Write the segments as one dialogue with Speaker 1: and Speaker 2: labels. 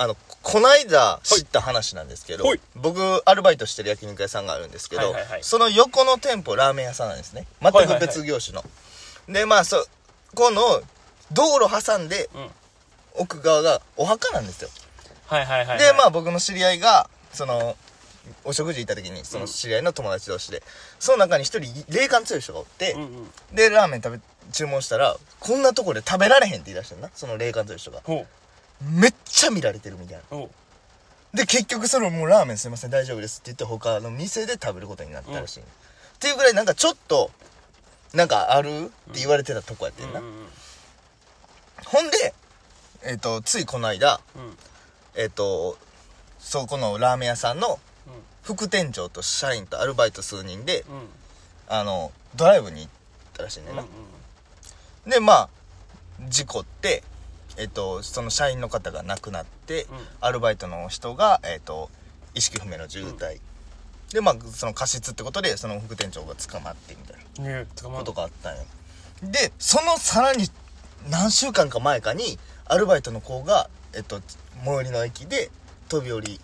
Speaker 1: あの、こないだ知った話なんですけど、
Speaker 2: はい
Speaker 1: 僕、アルバイトしてる焼肉屋さんがあるんですけど、
Speaker 2: はいはいはい
Speaker 1: その横の店舗、ラーメン屋さんなんですね。全
Speaker 2: はいはいは
Speaker 1: く
Speaker 2: い
Speaker 1: 別業種の。で、まあ、そこの、道路挟んで、
Speaker 2: うん
Speaker 1: 奥側がお墓なんですよ。
Speaker 2: はいはいはいはい。
Speaker 1: で、まあ、僕の知り合いが、その、お食事行った時に、その知り合いの友達同士で、その中に一人、霊感強い人がおって、
Speaker 2: うんうん。
Speaker 1: で、ラーメン食べ、注文したら、こんなとこで食べられへんって言い出してんな、その霊感強い人が。
Speaker 2: ほ
Speaker 1: めっちゃ見られてるみたいな。
Speaker 2: う。ほう。
Speaker 1: で結局それをもうラーメンすいません大丈夫ですって言って他の店で食べることになったらしい、っていうぐらいなんかちょっとなんかあるって言われてたとこやってんな、
Speaker 2: うんうん
Speaker 1: ほんでえっ、とついこの間
Speaker 2: うん。うん。
Speaker 1: えっ、とそこのラーメン屋さんの副店長と社員とアルバイト数人で
Speaker 2: うん。うん。
Speaker 1: あのドライブに行ったらしいねん
Speaker 2: うん
Speaker 1: な、でまあ事故ってえっ、とその社員の方が亡くなって、
Speaker 2: うん
Speaker 1: アルバイトの人がえっ、と意識不明の重体、でまあその過失ってことでその副店長が捕まってみたいな
Speaker 2: うん。ねえ、捕ま
Speaker 1: こ
Speaker 2: ん
Speaker 1: と
Speaker 2: の
Speaker 1: があったんよでそのさらに何週間か前かにアルバイトの子がえっ、と最寄りの駅で飛び降り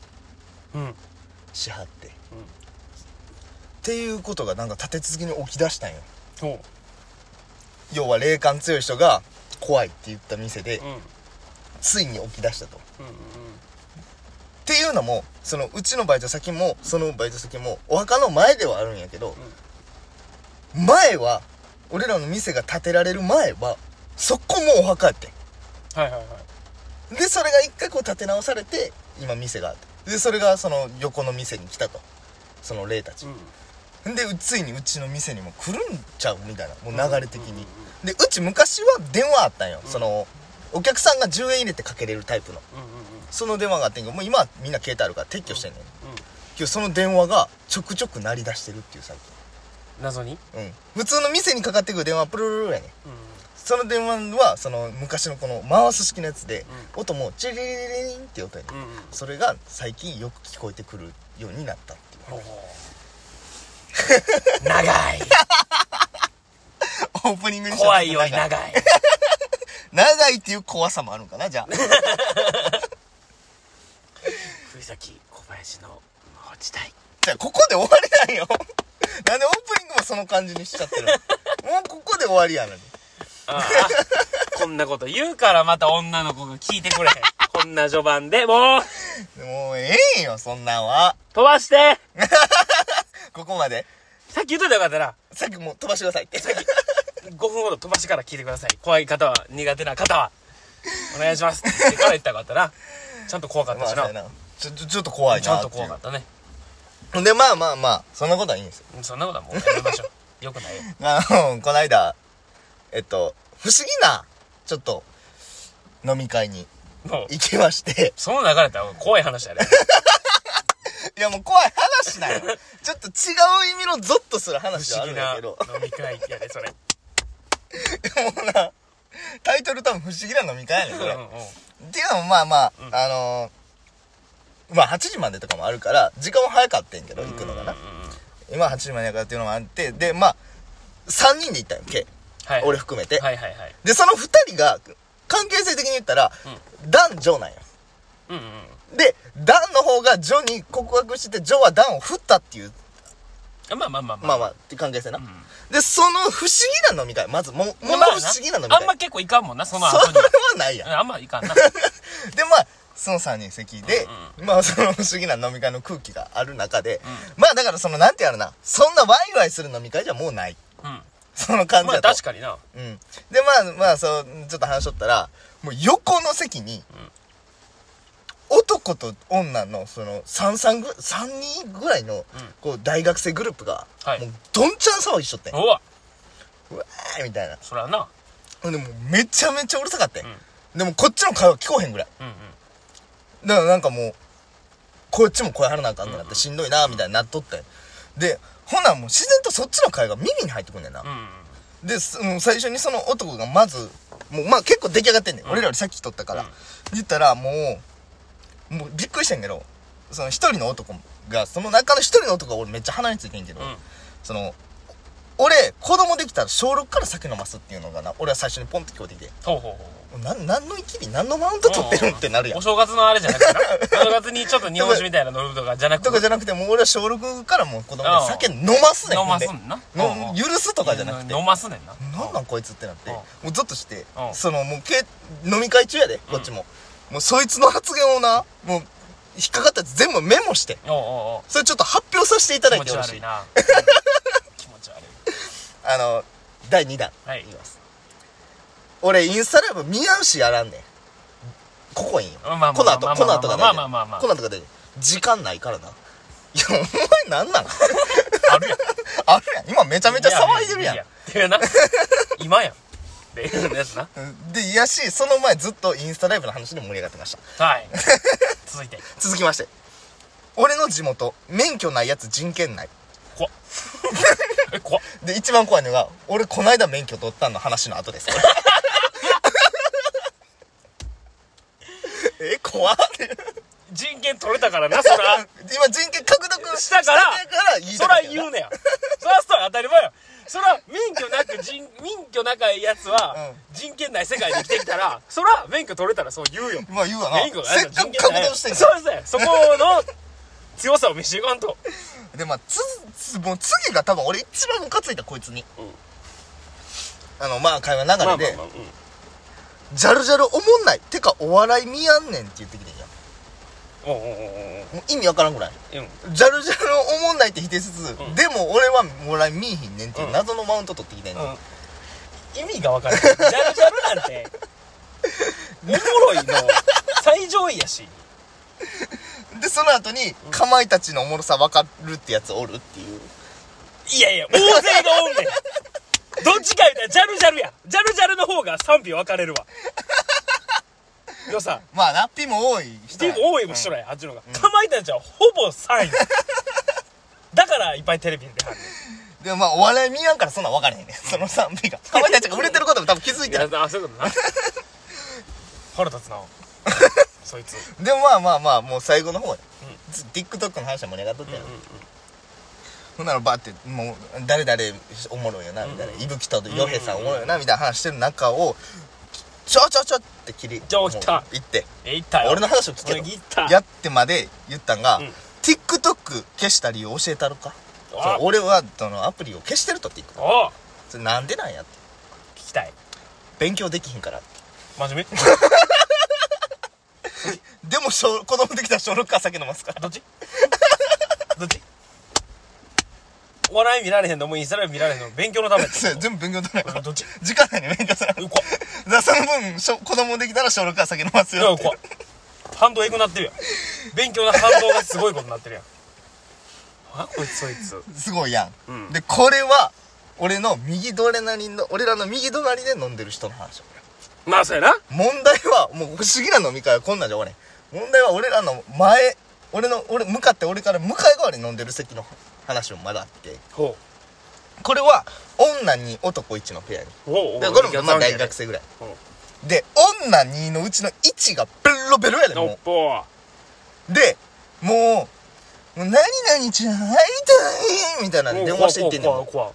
Speaker 2: うん。うん。
Speaker 1: しはってっていうことがなんか立て続けに起き出したんよ
Speaker 2: ほ
Speaker 1: 要は霊感強い人が怖いって言った店で
Speaker 2: う。うん。うんうん
Speaker 1: ついに起き出したと
Speaker 2: うん。
Speaker 1: っていうのもそのうちのバイト先もそのバイト先もお墓の前ではあるんやけど、前は俺らの店が建てられる前はそこもお墓やってん
Speaker 2: はいはいはい。
Speaker 1: でそれが一回こう建て直されて今店があってでそれがその横の店に来たとその霊たち
Speaker 2: う、ん。
Speaker 1: でうついにうちの店にも来るんちゃうみたいなもう流れ的に、でうち昔は電話あったんよ、
Speaker 2: うん
Speaker 1: そのお客さんが10円入れてかけれるタイプの
Speaker 2: うんうんうん。
Speaker 1: その電話があってんけどもう今はみんな携帯あるから撤去してんねん
Speaker 2: うん。
Speaker 1: 今日その電話がちょくちょく鳴り出してるっていう最
Speaker 2: 謎に
Speaker 1: 近うん普通の店にかかってくる電話はプルルルやねん
Speaker 2: うん。
Speaker 1: その電話はその昔のこの回す式のやつで、音もチリリリリンって音やねん、
Speaker 2: うんうん。
Speaker 1: それが最近よく聞こえてくるようになったっていう
Speaker 2: ほう。 長い。
Speaker 1: オープニングにした
Speaker 2: 怖いよ
Speaker 1: 長
Speaker 2: り長 い。
Speaker 1: 長いっていう怖さもあるんかなじゃあ
Speaker 2: 藤崎小林の無法地帯。
Speaker 1: じゃあここで終わりなんよ なんでオープニングもその感じにしちゃってるのもうここで終わりやな
Speaker 2: ああ こんなこと言うからまた女の子が聞いてくれへん。こんな序盤でもう、
Speaker 1: もうええんよそんなんは
Speaker 2: 飛ばして
Speaker 1: ここまで
Speaker 2: さっき言っといたらよかったな。
Speaker 1: さっきもう飛ばしてくださいって
Speaker 2: 5分ほど飛ばしてから聞いてください。怖い方は、苦手な方は、お願いしますって言ってから言ったらよかったな。ちゃんと怖かった
Speaker 1: まあ
Speaker 2: し
Speaker 1: そうや
Speaker 2: な。
Speaker 1: なちょちょちょっと怖い
Speaker 2: ちゃ
Speaker 1: なんってい
Speaker 2: と
Speaker 1: う
Speaker 2: 怖かったね。
Speaker 1: でまあまあまあそんなことはいいんですよ
Speaker 2: うんそんなことはもうやめましょう。よくないよ。
Speaker 1: あのこの間えっと不思議なちょっと飲み会に
Speaker 2: もう、
Speaker 1: 行きまして
Speaker 2: その流れたら怖い話やで。
Speaker 1: いやもう怖い話だよちょっと違う意味のゾッとする
Speaker 2: 不
Speaker 1: 話は
Speaker 2: 思
Speaker 1: ある
Speaker 2: 議
Speaker 1: んだ
Speaker 2: な
Speaker 1: けど
Speaker 2: 飲み会やで、それ。
Speaker 1: でもなタイトル多分不思議な飲み会やねんこれ
Speaker 2: うんうん
Speaker 1: っていうのもまあまあ、
Speaker 2: うん
Speaker 1: あのーまあ8時までとかもあるから時間も早かったんやけど行くのがな
Speaker 2: うんうんうん
Speaker 1: 今8時までやからっていうのもあってでまあ3人で行ったんよ計
Speaker 2: はい。
Speaker 1: 俺含めて、
Speaker 2: はいはいはい。
Speaker 1: でその2人が関係性的に言ったら、男女なんよ
Speaker 2: うんうんうん。
Speaker 1: でダンの方がジョに告白してジョはダンを振ったっていう
Speaker 2: あまあまあまあまあ。
Speaker 1: まあまあって関係性な、
Speaker 2: ん
Speaker 1: でその不思議な飲み会まずももの不
Speaker 2: まあな
Speaker 1: 思議な飲み
Speaker 2: あ
Speaker 1: 会
Speaker 2: んま結構いかんもんな、その
Speaker 1: そ
Speaker 2: 後
Speaker 1: れ
Speaker 2: に。
Speaker 1: はないや
Speaker 2: うんんあんまいかんな。
Speaker 1: でまあその3人席で、まあその不思議な飲み会の空気がある中で、まあだからそのなんてやろなそんなワイワイする飲み会じゃもうない
Speaker 2: うん。
Speaker 1: その感じ
Speaker 2: まあ
Speaker 1: だと、
Speaker 2: 確かにな。
Speaker 1: うん、でまあまあそうちょっと話しとったらもう横の席に、男と女のその33ぐ3人ぐらいの、こう大学生グループが、
Speaker 2: はい
Speaker 1: もうどんちゃん騒ぎしとってんうわ
Speaker 2: おわ
Speaker 1: ーみたいな
Speaker 2: そらな。
Speaker 1: ほんでもうめちゃめちゃうるさかったん、
Speaker 2: うん
Speaker 1: でもこっちの会話聞こえへんぐらい
Speaker 2: うんうん。
Speaker 1: だからなんかもうこっちも声張らなあかんくなってしんどいなみたいになっとってんでほなもう自然とそっちの会が耳に入ってくんねんな、
Speaker 2: うんうん。
Speaker 1: ですうん、最初にその男がまずもうまあ結構出来上がってんね、ん俺らよりさっき撮ったから、
Speaker 2: うん
Speaker 1: 言ったらもうもうびっくりしてんけどその一人の男がその中の一人の男が俺めっちゃ鼻についてんけど、
Speaker 2: うん
Speaker 1: その俺子供できたら小6から酒飲ますっていうのがな俺は最初にポンって聞こえてきて
Speaker 2: ほうほうほうほ
Speaker 1: なん何のいきり何のマウント取ってるんってなるやん
Speaker 2: お正月のあれじゃなくてなお正月にちょっと日本 酒みたいなの飲むとかじゃなくて
Speaker 1: とかじゃなくてもう俺は小6からもう子供に
Speaker 2: うん
Speaker 1: 酒飲ますねん
Speaker 2: 飲ます
Speaker 1: ほん
Speaker 2: んな
Speaker 1: で
Speaker 2: うんうん
Speaker 1: の許すとかじゃなくて
Speaker 2: 飲ますねんな
Speaker 1: なんなんこいつってなって
Speaker 2: うん
Speaker 1: もうゾッとして
Speaker 2: うん
Speaker 1: そのもうけ飲み会中やでこっちももうそいつの発言をなもう引っかかったやつ全部メモして
Speaker 2: おうおうおう
Speaker 1: それちょっと発表させていただい
Speaker 2: 気持
Speaker 1: て
Speaker 2: ち
Speaker 1: ほ
Speaker 2: 悪
Speaker 1: し
Speaker 2: い
Speaker 1: い
Speaker 2: な気持ち悪い
Speaker 1: あの第2弾
Speaker 2: はい
Speaker 1: 言います俺インスタライブ見合うしやらんねんここいいよ
Speaker 2: まあまあ
Speaker 1: この後
Speaker 2: まあ
Speaker 1: この後が大事
Speaker 2: まあまあまあまあ
Speaker 1: この後が大事時間ないからないやお前なんなん
Speaker 2: あるやん
Speaker 1: あるやん今めちゃめちゃ騒いでるやん
Speaker 2: いっていうな今やんっていうやつな
Speaker 1: うんでいやしその前ずっとインスタライブの話で盛り上がってました
Speaker 2: はい続いて
Speaker 1: 続きまして俺の地元免許ないやつ人権ない
Speaker 2: 怖っえ怖っ
Speaker 1: で一番怖いのが俺こないだ免許取ったの話の後 ですえ怖っ
Speaker 2: 人権取れたからなそら
Speaker 1: 今人権獲得
Speaker 2: したから
Speaker 1: てから言い
Speaker 2: そ
Speaker 1: たかっ
Speaker 2: ら
Speaker 1: たよな
Speaker 2: 言うねやそらそら当たり前やそら免許なく人免許なかいやつは人権ない世界に生きてきたらそら免許取れたらそう言うよ
Speaker 1: まあ言うわな
Speaker 2: 免許がない
Speaker 1: せっ
Speaker 2: と
Speaker 1: か
Speaker 2: 人
Speaker 1: く
Speaker 2: 権
Speaker 1: 獲
Speaker 2: ない
Speaker 1: 得してんか
Speaker 2: そうですねそこの強さを見せていか んと
Speaker 1: らでまあつつもう次が多分俺一番ムカついたこいつに、
Speaker 2: うん
Speaker 1: あのまあ会話の
Speaker 2: ま
Speaker 1: 中
Speaker 2: あまあ
Speaker 1: で、
Speaker 2: まあうん
Speaker 1: ジャルジャルおもんないてかお笑い見やんねんって言ってきてんや
Speaker 2: おうおうおうおう
Speaker 1: もう意味わからんぐらい
Speaker 2: うん
Speaker 1: ジャルジャルおもんないって否定しつつ、
Speaker 2: うん
Speaker 1: でも俺はお笑い見いひんねんっていう謎のマウント取ってきてんの、
Speaker 2: うん、意味が分からないジャルジャルなんておもろいの最上位やし
Speaker 1: でその後にかまいたちのおもろさわかるってやつおるっていう
Speaker 2: いやいや大勢がおんねんどっちか言うたらジャルジャルやジャルジャルの方が賛否分かれるわよさ
Speaker 1: まあなピも多い人
Speaker 2: で
Speaker 1: や
Speaker 2: も多いもしとらやあっちの方がかまいたちはほぼ3位だからいっぱいテレビに出はる
Speaker 1: でもまあお笑い見やんからそんなん分からへんねんその賛否がかまいたちが売れてることも多分気づいてない
Speaker 2: あそういうことな腹立つなそいつ
Speaker 1: でもまあまあまあもう最後の方や、ず TikTok の話は盛り上がっとったよ、ほんならバーってもう誰々おもろいよなみたいな、伊吹とヨヘさんおもろいよなみたいな話してる中をちょちょちょって切り
Speaker 2: じゃあ起きた
Speaker 1: もう行って
Speaker 2: えいったよ
Speaker 1: 俺の話を聞け
Speaker 2: 俺
Speaker 1: と
Speaker 2: ギター
Speaker 1: やってまで言ったんが、
Speaker 2: うん
Speaker 1: TikTok 消した理由教えたろか
Speaker 2: お
Speaker 1: そう俺はそのアプリを消してるとって言う
Speaker 2: おう
Speaker 1: それなんでなんやって
Speaker 2: 聞きたい
Speaker 1: 勉強できひんからって
Speaker 2: 真面目
Speaker 1: でも小子供できたら小6から酒飲ますから
Speaker 2: どっちどっちお笑い見られへんのもインスタライブ見られへんのも勉強のため
Speaker 1: そう全部勉強取らない
Speaker 2: どっち
Speaker 1: 時間内に勉強する
Speaker 2: うこ
Speaker 1: だからその分しょ子供できたら小6から酒飲ます
Speaker 2: いや
Speaker 1: よ
Speaker 2: うこ反動エグなってるやん勉強の反動がすごいことになってるやんあこいつそいつ
Speaker 1: すごいやん、
Speaker 2: うん
Speaker 1: でこれは俺の右隣の俺らの右隣で飲んでる人の話
Speaker 2: まあそうやな
Speaker 1: 問題はもう不思議な飲み会はこんなんじゃ終われん問題は俺らの前俺の俺向かって俺から向かい側に飲んでる席の話もまだあって
Speaker 2: ほ
Speaker 1: これは女に男1のペアに
Speaker 2: うほう
Speaker 1: でこれもまあ大学
Speaker 2: 生
Speaker 1: 生ぐらい
Speaker 2: ほ
Speaker 1: で女2のうちの1がベロベロやで
Speaker 2: おっ
Speaker 1: も
Speaker 2: ぽ
Speaker 1: うでもう「もう何々ちゃん会いたい」みたいなんで電話していってんねんもう
Speaker 2: 怖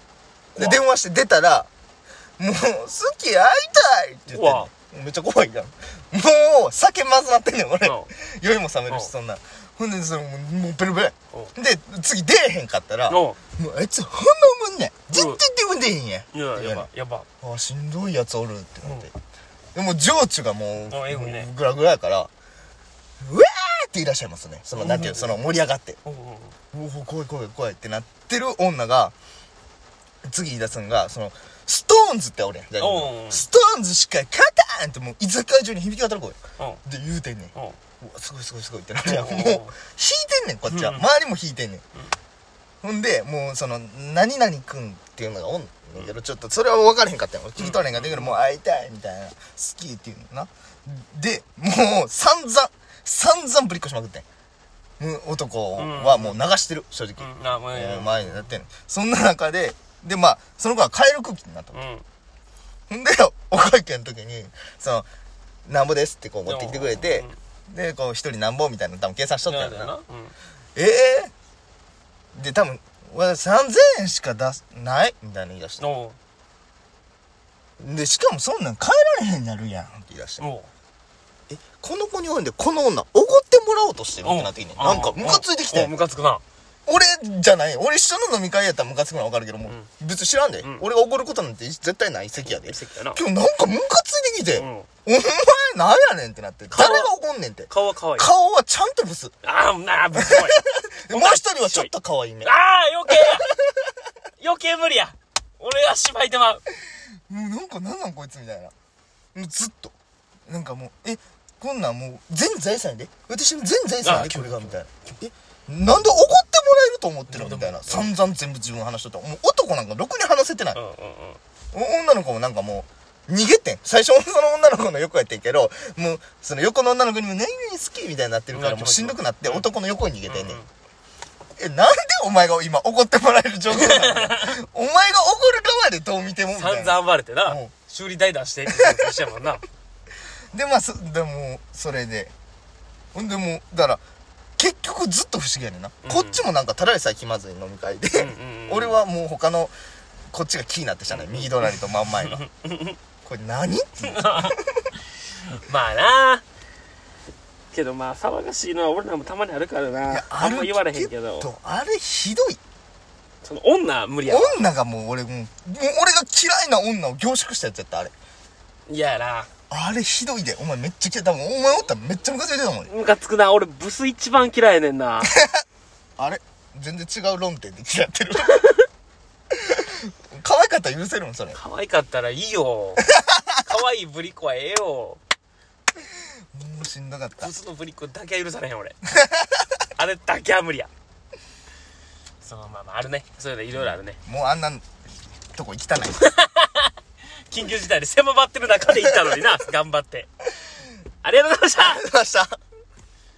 Speaker 1: で電話して出たら「もう好き会いたい」って言ってん
Speaker 2: うわ
Speaker 1: ねんめっちゃ怖いじゃんもう酒まずなってんねん俺
Speaker 2: うん
Speaker 1: 酔いも冷めるし
Speaker 2: うん
Speaker 1: そんなほんでそのもうベロベロやで次出えへんかったら「も
Speaker 2: お
Speaker 1: うあいつほんまおもんねん全然出も出えへんやん」
Speaker 2: いや
Speaker 1: って言
Speaker 2: や
Speaker 1: われ
Speaker 2: ばやば
Speaker 1: あしんどいやつおるってなって、でも情緒がもう
Speaker 2: あえぐいね
Speaker 1: グラグラやからうわーっていらっしゃいますねそのなんていう
Speaker 2: うん
Speaker 1: その盛り上がって
Speaker 2: おうおう
Speaker 1: うお怖い怖い怖いってなってる女が次言い出すのがそのストーンズっておるやんジャニーズの
Speaker 2: おうおう
Speaker 1: ストーンズしか勝たんってもう居酒屋中に響き渡る声
Speaker 2: おう
Speaker 1: で言うてんねん
Speaker 2: おう
Speaker 1: うわすごいすごいすごいってなるやん
Speaker 2: お
Speaker 1: も
Speaker 2: う
Speaker 1: う
Speaker 2: おう
Speaker 1: 引いてんねんこっちは
Speaker 2: うん
Speaker 1: 周りも引いてんねんほんでもうその何々くんっていうのがおんねんけどちょっとそれは分からへんかったよ聞き取れへんかったけどもう会いたいみたいな好きっていうのなでもう散々散々ぶりっこしまくってんもう男はもう流してる正直
Speaker 2: うんあもう
Speaker 1: えー
Speaker 2: う
Speaker 1: 前になってんのそんな中ででまあその子は帰る空気になった
Speaker 2: ん
Speaker 1: ほんで、お会計の時に、その、なんぼですってこう持ってきてくれて、で、こう一人なんぼみたいなの多分計算しとった
Speaker 2: や
Speaker 1: よ
Speaker 2: だ
Speaker 1: な。
Speaker 2: よなうん
Speaker 1: ええで、多分、俺3000円しか出す、ないみたいな言い出して。
Speaker 2: おう
Speaker 1: でしかもそんなん帰られへんなるやんって言い出して
Speaker 2: おう
Speaker 1: えこの子においでこの女おごってもらおうとしてるっ
Speaker 2: おう
Speaker 1: てなってきてなんか
Speaker 2: うん
Speaker 1: ムカついてきて
Speaker 2: うんムカつくな
Speaker 1: 俺じゃない俺一緒の飲み会やったらムカつくのは分かるけどもう別に知らんで、
Speaker 2: ん
Speaker 1: 俺が怒ることなんて絶対ない席やで
Speaker 2: 席やな
Speaker 1: 今日なんかムカついてきて、
Speaker 2: うん
Speaker 1: お前なんやねんってなって
Speaker 2: 顔は
Speaker 1: 誰が怒んねんって
Speaker 2: 顔は可愛い
Speaker 1: 顔はちゃんとブス
Speaker 2: ああなあぶっこ
Speaker 1: で
Speaker 2: い
Speaker 1: もう一人はちょっと可愛いね
Speaker 2: ああ余計や余計無理や俺は芝居てまう
Speaker 1: もうなんかなんなんこいつみたいなもうずっとなんかもうえこんなんもう全財産やで私の全財産や
Speaker 2: あ
Speaker 1: で
Speaker 2: あ
Speaker 1: これがみたいなえなんで怒ってもらえると思ってるのみたいな散々全部自分の話しとったもう男なんかろくに話せてない
Speaker 2: うんうんうん
Speaker 1: 女の子もなんかもう逃げてん最初その女の子の横やってんけどもうその横の女の子にも「何々好き」みたいになってるからもうしんどくなって男の横に逃げてんねん、
Speaker 2: うんうん
Speaker 1: えなんでお前が今怒ってもらえる状況なの お前が怒る側でどう見てもみた
Speaker 2: 散
Speaker 1: いな
Speaker 2: 々暴れてな
Speaker 1: うん
Speaker 2: 修理代出してって言うとしてやもんな
Speaker 1: でまあそでもそれでほんでもうだから結局ずっと不思議やねんな、
Speaker 2: うん
Speaker 1: こっちもなんかただでさえ気まずい飲み会で、
Speaker 2: うんうんうん
Speaker 1: 俺はもう他のこっちが気になってしたね、右隣と真ん前がこれ何っていう
Speaker 2: まあなけどまあ騒がしいのは俺らもたまにあるからなあんま言われへんけど
Speaker 1: あれひどい
Speaker 2: その女は無理やわ
Speaker 1: 女がもう俺もうもう俺が嫌いな女を凝縮したやつやったあれ
Speaker 2: 嫌やな
Speaker 1: あれひどいでお前めっちゃ嫌い多分お前おったらめっちゃムカついてたもんね
Speaker 2: ムカつくな俺ブス一番嫌いやねんな
Speaker 1: あれ全然違う論点で嫌 ってる可愛かったら許せるもんそれ
Speaker 2: 可愛かったらいいよ可愛いぶりっ子はええよ
Speaker 1: もうしんどかった
Speaker 2: ブスのぶりっ子だけは許されへん俺あれだけは無理やそうまあまああるねそういうのいろいろあるね
Speaker 1: もうあんなとこ行きたない
Speaker 2: 緊急事態で狭まってる中で行ったのにな 頑張ってありがとうございました
Speaker 1: ました